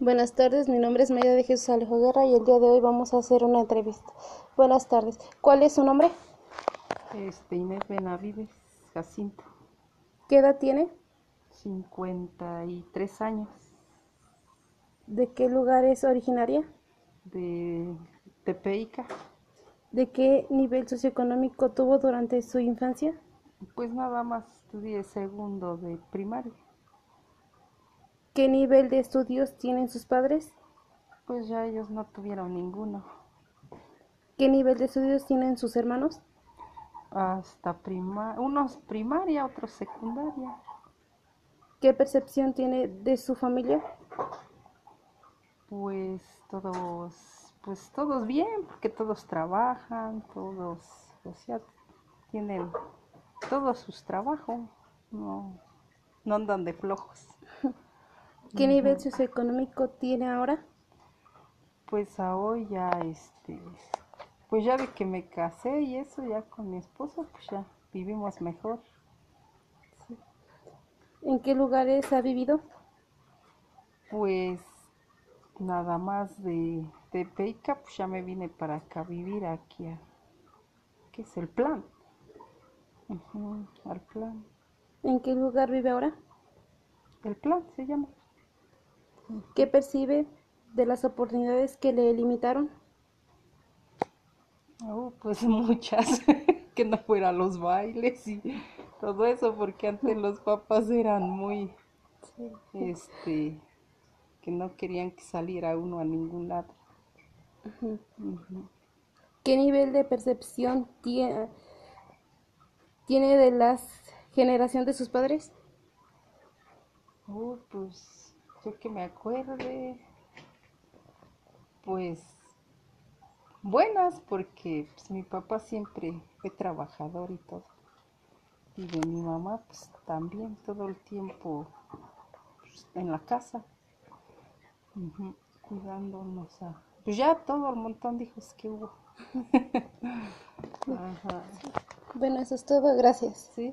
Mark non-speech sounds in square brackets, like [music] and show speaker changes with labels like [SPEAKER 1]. [SPEAKER 1] Buenas tardes, mi nombre es María de Jesús Alejo Guerra y el día de hoy vamos a hacer una entrevista. Buenas tardes, ¿cuál es su nombre?
[SPEAKER 2] Este, Inés Benavides Jacinto,
[SPEAKER 1] ¿Qué edad tiene?
[SPEAKER 2] 53 años,
[SPEAKER 1] ¿De qué lugar es originaria?
[SPEAKER 2] de Tepeica.
[SPEAKER 1] ¿De qué nivel socioeconómico tuvo durante su infancia?
[SPEAKER 2] Pues nada más estudié segundo de primaria.
[SPEAKER 1] ¿Qué nivel de estudios tienen sus padres?
[SPEAKER 2] Pues ya ellos no tuvieron ninguno
[SPEAKER 1] ¿Qué nivel de estudios tienen sus hermanos?
[SPEAKER 2] hasta primaria, unos primaria, otros secundaria.
[SPEAKER 1] ¿Qué percepción tiene de su familia?
[SPEAKER 2] Pues todos, pues todos bien, porque todos trabajan, todos, o sea, tienen todos sus trabajos, no, no andan de flojos.
[SPEAKER 1] ¿Qué nivel socioeconómico tiene ahora?
[SPEAKER 2] Pues a hoy ya, este, pues ya de que me casé y eso, ya con mi esposo, pues ya vivimos mejor.
[SPEAKER 1] ¿En qué lugares ha vivido?
[SPEAKER 2] Pues nada más de Tepeica, pues ya me vine para acá a vivir aquí, a, ¿qué es el plan? Ujú, al plan.
[SPEAKER 1] ¿En qué lugar vive ahora?
[SPEAKER 2] El plan se llama.
[SPEAKER 1] ¿Qué percibe de las oportunidades que le limitaron?
[SPEAKER 2] Oh, pues [laughs] muchas, que no fuera a los bailes y todo eso, porque antes los papás eran muy, este, que no querían que saliera uno a ningún lado. Ujú.
[SPEAKER 1] ¿Qué nivel de percepción tie- tiene de la generación de sus padres?
[SPEAKER 2] Oh, pues yo que me acuerde, pues buenas, porque pues, mi papá siempre fue trabajador y todo. Y de mi mamá, pues también todo el tiempo pues, en la casa, Ujú, cuidándonos a... Pues ya todo el montón de hijos que hubo. [laughs] Ajá,
[SPEAKER 1] Bueno, eso es todo, gracias.
[SPEAKER 2] sí.